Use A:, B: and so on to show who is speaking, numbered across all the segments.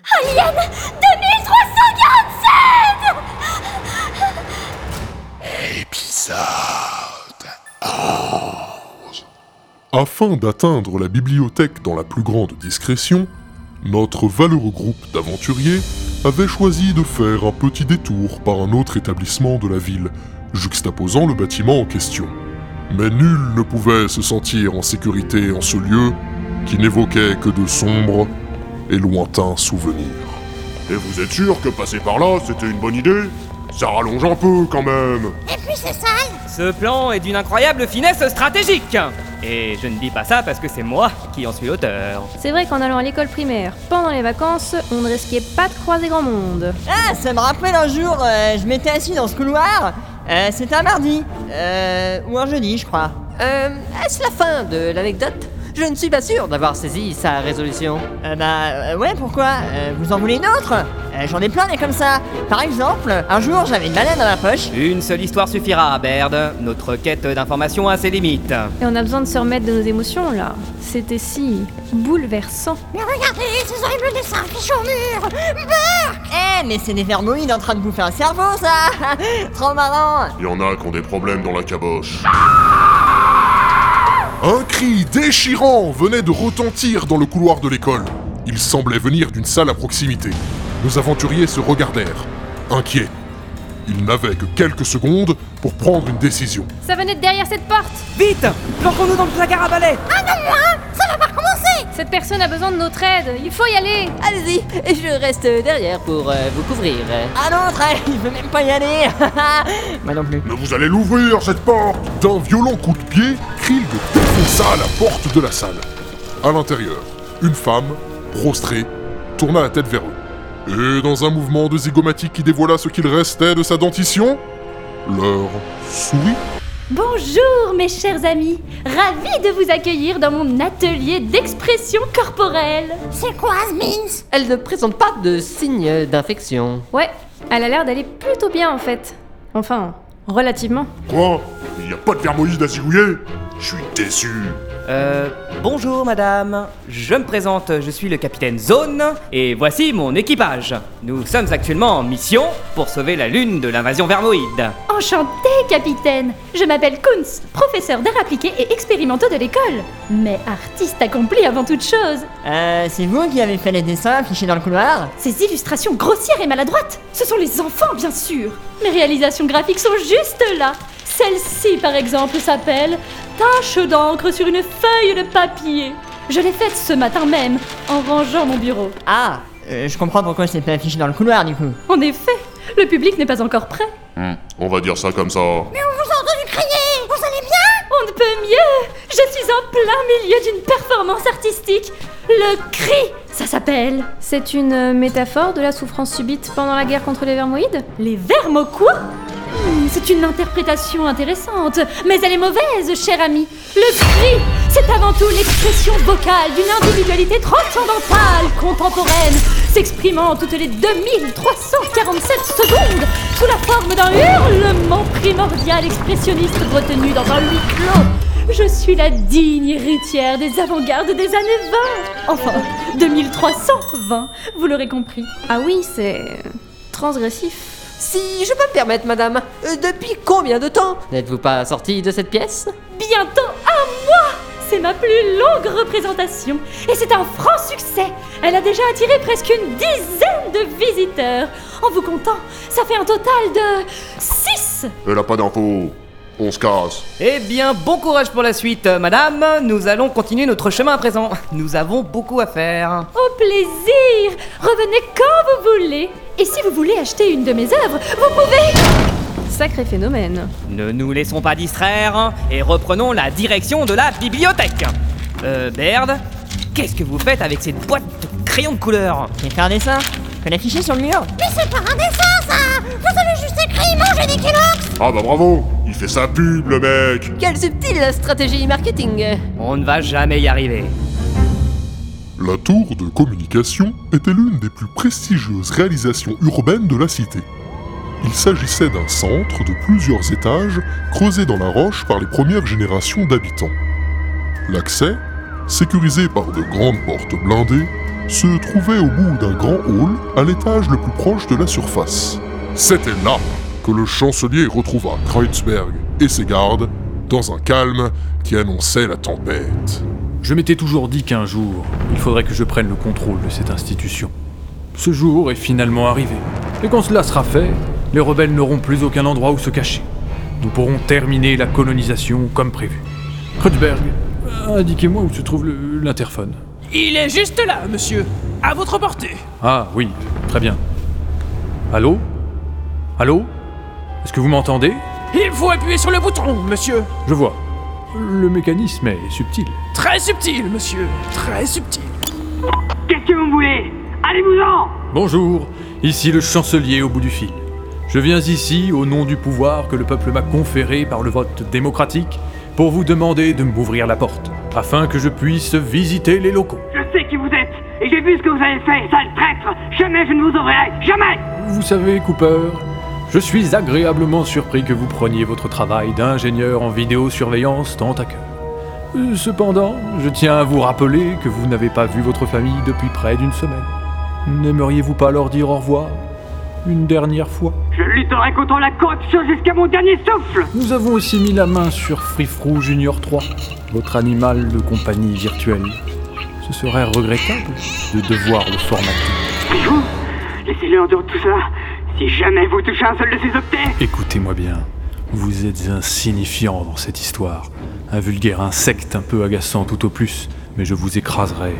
A: Alien 2347
B: Épisode 11 Afin d'atteindre la bibliothèque dans la plus grande discrétion, notre valeureux groupe d'aventuriers avait choisi de faire un petit détour par un autre établissement de la ville, juxtaposant le bâtiment en question. Mais nul ne pouvait se sentir en sécurité en ce lieu qui n'évoquait que de sombres et lointains souvenirs.
C: Et vous êtes sûr que passer par là, c'était une bonne idée Ça rallonge un peu quand même.
A: Et puis c'est sale
D: Ce plan est d'une incroyable finesse stratégique Et je ne dis pas ça parce que c'est moi qui en suis l'auteur.
E: C'est vrai qu'en allant à l'école primaire, pendant les vacances, on ne risquait pas de croiser grand monde.
F: Ah, ça me rappelle un jour, euh, je m'étais assis dans ce couloir. Euh, C'était un mardi. Euh, ou un jeudi, je crois.
G: Euh, est-ce la fin de l'anecdote Je ne suis pas sûr d'avoir saisi sa résolution.
F: Euh, bah, euh, ouais, pourquoi Euh, Vous en voulez une autre Euh, J'en ai plein des comme ça. Par exemple, un jour, j'avais une banane dans ma poche.
D: Une seule histoire suffira, Baird. Notre quête d'information a ses limites.
E: Et on a besoin de se remettre de nos émotions là. C'était si bouleversant.
A: Ah, Mais regardez ces horribles dessins affichés au mur
F: Eh, mais c'est des vermoïdes en train de bouffer un cerveau, ça Trop marrant
C: Il y en a qui ont des problèmes dans la caboche.
B: Un cri déchirant venait de retentir dans le couloir de l'école. Il semblait venir d'une salle à proximité. Nos aventuriers se regardèrent, inquiets. Ils n'avaient que quelques secondes pour prendre une décision.
E: Ça venait de derrière cette porte Ah,
D: Vite Planquons-nous dans le placard à balai
E: hein, Cette personne a besoin de notre aide Il faut y aller
G: Allez-y, je reste derrière pour euh, vous couvrir.
F: Un autre, eh, il veut même pas y aller Moi non plus.
C: Mais vous allez l'ouvrir, cette porte
B: D'un violent coup de pied, Krill défonça la porte de la salle. À l'intérieur, une femme, prostrée, tourna la tête vers eux. Et dans un mouvement de zygomatique qui dévoila ce qu'il restait de sa dentition, leur sourit.
H: Bonjour mes chers amis, ravi de vous accueillir dans mon atelier d'expression corporelle.
A: C'est quoi Asmins
G: Elle ne présente pas de signe d'infection.
E: Ouais, elle a l'air d'aller plutôt bien en fait. Enfin, relativement.
C: Quoi Il n'y a pas de vermoïde à zigouiller Je suis déçu.
D: Euh, bonjour madame. Je me présente, je suis le capitaine Zone et voici mon équipage. Nous sommes actuellement en mission pour sauver la lune de l'invasion vermoïde.
H: Enchanté capitaine, je m'appelle Kunz, professeur d'art appliqué et expérimentaux de l'école, mais artiste accompli avant toute chose.
F: Euh, c'est vous qui avez fait les dessins affichés dans le couloir
H: Ces illustrations grossières et maladroites, ce sont les enfants bien sûr. Mes réalisations graphiques sont juste là. Celle-ci par exemple s'appelle Tache d'encre sur une feuille de papier. Je l'ai faite ce matin même en rangeant mon bureau.
F: Ah, euh, je comprends pourquoi c'est pas affiché dans le couloir, du coup.
H: En effet, le public n'est pas encore prêt.
C: Hmm, On va dire ça comme ça.
A: On vous a entendu crier Vous allez bien
H: On ne peut mieux Je suis en plein milieu d'une performance artistique Le cri, ça s'appelle
E: C'est une euh, métaphore de la souffrance subite pendant la guerre contre les vermoïdes
H: Les vermes au quoi Hmm, C'est une interprétation intéressante, mais elle est mauvaise, cher ami Le cri, c'est avant tout l'expression vocale d'une individualité transcendantale, contemporaine, s'exprimant toutes les 2347 secondes sous la forme d'un hurlement primordial expressionniste retenu dans un huis clos je suis la digne héritière des avant-gardes des années 20 Enfin, 2320, vous l'aurez compris.
E: Ah oui, c'est transgressif.
G: Si je peux me permettre, madame, euh, depuis combien de temps N'êtes-vous pas sortie de cette pièce
H: Bientôt un mois C'est ma plus longue représentation et c'est un franc succès Elle a déjà attiré presque une dizaine de visiteurs En vous comptant, ça fait un total de 6
C: Elle a pas d'infos. On se casse.
D: Eh bien, bon courage pour la suite, euh, madame. Nous allons continuer notre chemin à présent. Nous avons beaucoup à faire.
H: Au plaisir Revenez quand vous voulez Et si vous voulez acheter une de mes œuvres, vous pouvez
E: Sacré phénomène.
D: Ne nous laissons pas distraire hein, et reprenons la direction de la bibliothèque. Euh, Baird, qu'est-ce que vous faites avec cette boîte de crayons de couleur
F: J'ai fait un dessin Faut l'afficher sur le mur
A: Mais c'est pas un dessin ça Vous avez juste écrit manger des Kellogg's
C: Ah bah bravo Il fait sa pub, le mec
G: Quelle subtile stratégie marketing
D: On ne va jamais y arriver.
B: La tour de communication était l'une des plus prestigieuses réalisations urbaines de la cité. Il s'agissait d'un centre de plusieurs étages creusé dans la roche par les premières générations d'habitants. L'accès, sécurisé par de grandes portes blindées, se trouvait au bout d'un grand hall à l'étage le plus proche de la surface. C'était là que le chancelier retrouva Kreuzberg et ses gardes dans un calme qui annonçait la tempête.
I: Je m'étais toujours dit qu'un jour, il faudrait que je prenne le contrôle de cette institution. Ce jour est finalement arrivé. Et quand cela sera fait, les rebelles n'auront plus aucun endroit où se cacher. Nous pourrons terminer la colonisation comme prévu. Kreuzberg, indiquez-moi où se trouve le- l'interphone.
J: Il est juste là, monsieur. À votre portée.
I: Ah oui, très bien. Allô Allô Est-ce que vous m'entendez
J: Il faut appuyer sur le bouton, monsieur.
I: Je vois. Le mécanisme est subtil.
J: Très subtil, monsieur. Très subtil.
I: Bonjour, ici le chancelier au bout du fil. Je viens ici au nom du pouvoir que le peuple m'a conféré par le vote démocratique pour vous demander de m'ouvrir la porte, afin que je puisse visiter les locaux.
K: Je sais qui vous êtes, et j'ai vu ce que vous avez fait, sale traître Jamais je ne vous ouvrirai, jamais
I: Vous savez, Cooper, je suis agréablement surpris que vous preniez votre travail d'ingénieur en vidéosurveillance tant à cœur. Euh, Cependant, je tiens à vous rappeler que vous n'avez pas vu votre famille depuis près d'une semaine. N'aimeriez-vous pas leur dire au revoir une dernière fois
K: Je lutterai contre la corruption jusqu'à mon dernier souffle
I: Nous avons aussi mis la main sur Frifrou Junior 3, votre animal de compagnie virtuelle. Ce serait regrettable de devoir le formater.
K: Vous, laissez-le en dehors de tout ça Si jamais vous touchez un seul de ces octets
I: Écoutez-moi bien, vous êtes insignifiant dans cette histoire. Un vulgaire insecte un peu agaçant tout au plus, mais je vous écraserai,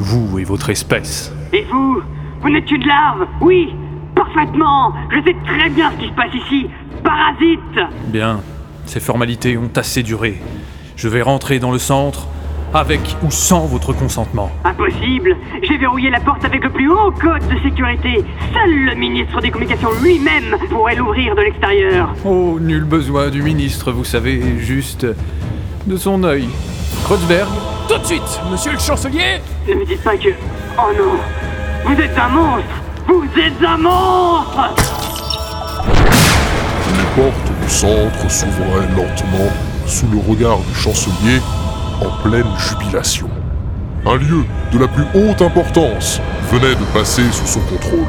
I: vous et votre espèce.
K: Et vous, vous n'êtes une larve, oui Parfaitement Je sais très bien ce qui se passe ici Parasite
I: Bien, ces formalités ont assez duré. Je vais rentrer dans le centre, avec ou sans votre consentement.
K: Impossible J'ai verrouillé la porte avec le plus haut code de sécurité Seul le ministre des Communications lui-même pourrait l'ouvrir de l'extérieur
I: Oh, nul besoin du ministre, vous savez, juste de son œil. Kreuzberg
J: Tout de suite, monsieur le chancelier.
K: Ne me dites pas que... Oh non Vous êtes un monstre Vous êtes un monstre
B: Les portes du centre s'ouvraient lentement sous le regard du chancelier en pleine jubilation. Un lieu de la plus haute importance venait de passer sous son contrôle.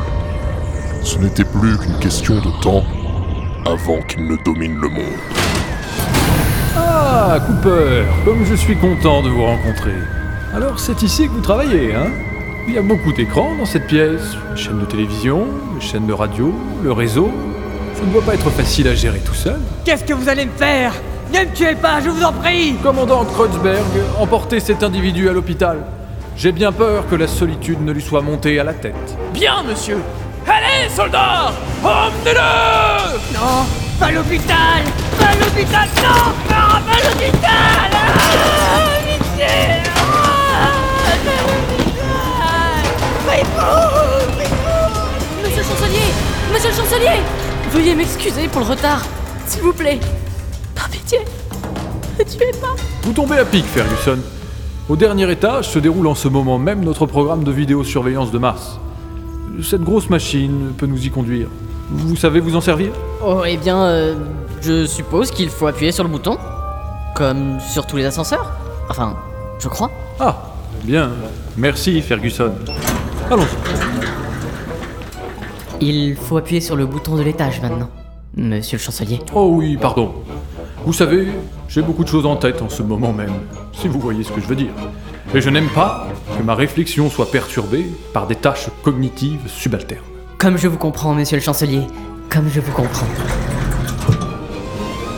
B: Ce n'était plus qu'une question de temps avant qu'il ne domine le monde.
I: Ah, Cooper, comme je suis content de vous rencontrer. Alors c'est ici que vous travaillez, hein Il y a beaucoup d'écrans dans cette pièce. Chaîne de télévision, chaîne de radio, le réseau. Ça ne doit pas être facile à gérer tout seul.
J: Qu'est-ce que vous allez me faire Ne me tuez pas, je vous en prie.
I: Commandant Kreuzberg, emportez cet individu à l'hôpital. J'ai bien peur que la solitude ne lui soit montée à la tête.
J: Bien, monsieur. Allez, soldats Emmenez-le
K: Non, pas à l'hôpital Pas à l'hôpital, non Non, pas à l'hôpital ah, Pitié ah, Pas à l'hôpital Prie-vous Prie-vous
H: Monsieur le chancelier Monsieur le chancelier Veuillez m'excuser pour le retard, s'il vous plaît. Par pitié, ne tuez pas.
I: Vous tombez à pic, Ferguson. Au dernier étage se déroule en ce moment même notre programme de vidéosurveillance de Mars. Cette grosse machine peut nous y conduire. Vous savez vous en servir
G: Oh, eh bien, euh, je suppose qu'il faut appuyer sur le bouton. Comme sur tous les ascenseurs. Enfin, je crois.
I: Ah, bien. Merci, Ferguson. Allons-y.
G: Il faut appuyer sur le bouton de l'étage maintenant. Monsieur le chancelier.
I: Oh oui, pardon. Vous savez, j'ai beaucoup de choses en tête en ce moment même, si vous voyez ce que je veux dire. Et je n'aime pas que ma réflexion soit perturbée par des tâches cognitives subalternes.
G: Comme je vous comprends, monsieur le chancelier. Comme je vous comprends.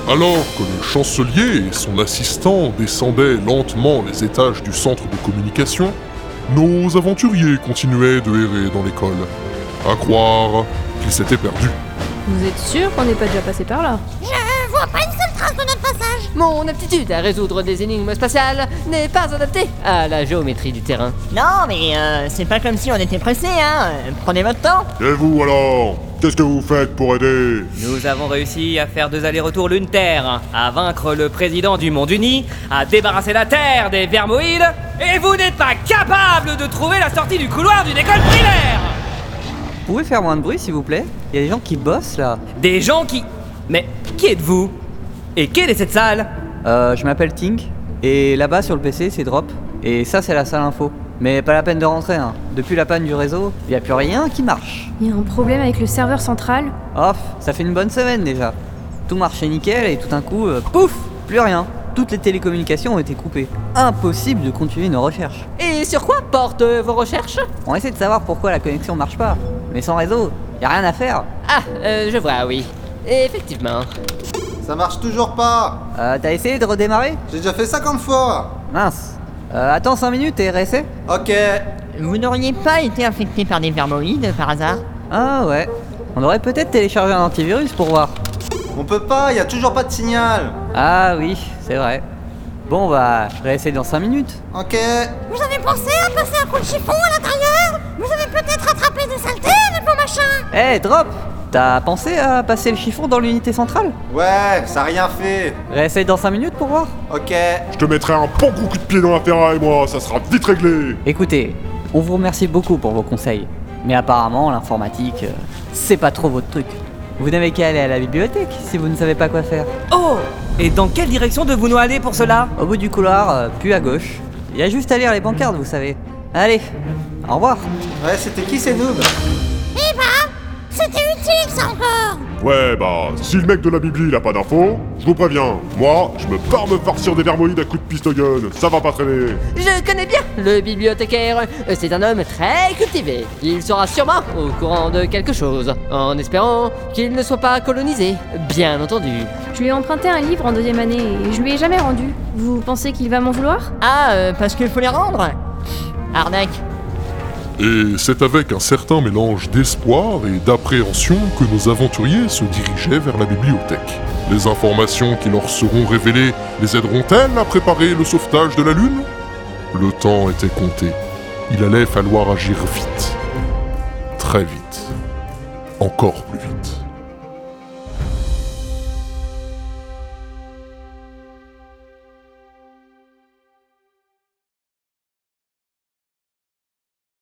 B: Alors que le chancelier et son assistant descendaient lentement les étages du centre de communication, nos aventuriers continuaient de errer dans l'école, à croire qu'ils s'étaient perdus.
E: Vous êtes sûr qu'on n'est pas déjà passé par là
A: Je vois pas une seule trace de notre passage.
G: Mon aptitude à résoudre des énigmes spatiales n'est pas adaptée à la géométrie du terrain.
F: Non, mais euh, c'est pas comme si on était pressé, hein Euh, Prenez votre temps
C: Et vous alors Qu'est-ce que vous faites pour aider
D: Nous avons réussi à faire deux allers-retours lune-terre, à vaincre le président du monde uni, à débarrasser la Terre des vermoïdes, et vous n'êtes pas capable de trouver la sortie du couloir d'une école primaire
J: Vous pouvez faire moins de bruit, s'il vous plaît Il y a des gens qui bossent là.
D: Des gens qui... Mais qui êtes-vous Et quelle est cette salle
J: Euh, je m'appelle Tink, et là-bas sur le PC, c'est Drop. Et ça, c'est la salle info. Mais pas la peine de rentrer, hein. Depuis la panne du réseau, y a plus rien qui marche.
E: Il y a un problème avec le serveur central
J: Off, ça fait une bonne semaine déjà. Tout marchait nickel et tout d'un coup, euh, pouf Plus rien. Toutes les télécommunications ont été coupées. Impossible de continuer nos recherches.
K: Et sur quoi portent euh, vos recherches
J: On essaie de savoir pourquoi la connexion marche pas. Mais sans réseau, y a rien à faire.
K: Ah, euh, je vois, oui. Effectivement.
J: Ça marche toujours pas Euh, t'as essayé de redémarrer
L: J'ai déjà fait 50 fois
J: Mince. Euh, attends 5 minutes et réessaie.
L: Ok.
F: Vous n'auriez pas été infecté par des vermoïdes par hasard
J: Ah ouais. On aurait peut-être téléchargé un antivirus pour voir.
L: On peut pas, y a toujours pas de signal
J: Ah oui, c'est vrai. Bon bah, réessaye dans 5 minutes.
L: Ok.
A: Vous avez pensé à passer un coup de chiffon à l'intérieur Vous avez peut-être attrapé des saletés avec vos machins
J: Eh, Drop T'as pensé à passer le chiffon dans l'unité centrale
L: Ouais, ça a rien fait
J: Réessaye dans 5 minutes pour voir.
L: Ok.
C: Je te mettrai un bon gros coup de pied dans la ferraille, moi, ça sera vite réglé
J: Écoutez, on vous remercie beaucoup pour vos conseils. Mais apparemment, l'informatique, euh, c'est pas trop votre truc. Vous n'avez qu'à aller à la bibliothèque si vous ne savez pas quoi faire.
D: Oh Et dans quelle direction devons-nous aller pour cela
J: Au bout du couloir, euh, puis à gauche. Il y a juste à lire les pancartes, vous savez. Allez, au revoir.
L: Ouais, c'était qui ces noobs
A: Eh ben, c'était utile ça encore
C: Ouais, bah, si le mec de la Bibli il a pas d'infos, je vous préviens, moi, je me pars me farcir des vermoïdes à coups de piste gun, ça va pas traîner
K: Je connais bien le bibliothécaire. Euh, C'est un homme très cultivé. Il sera sûrement au courant de quelque chose, en espérant qu'il ne soit pas colonisé, bien entendu.
E: Je lui ai emprunté un livre en deuxième année et je lui ai jamais rendu. Vous pensez qu'il va m'en vouloir
F: Ah, euh, parce qu'il faut les rendre Arnaque
B: Et c'est avec un certain mélange d'espoir et d'appréhension que nos aventuriers se dirigeaient vers la bibliothèque. Les informations qui leur seront révélées les aideront-elles à préparer le sauvetage de la Lune Le temps était compté. Il allait falloir agir vite. Très vite. Encore plus vite.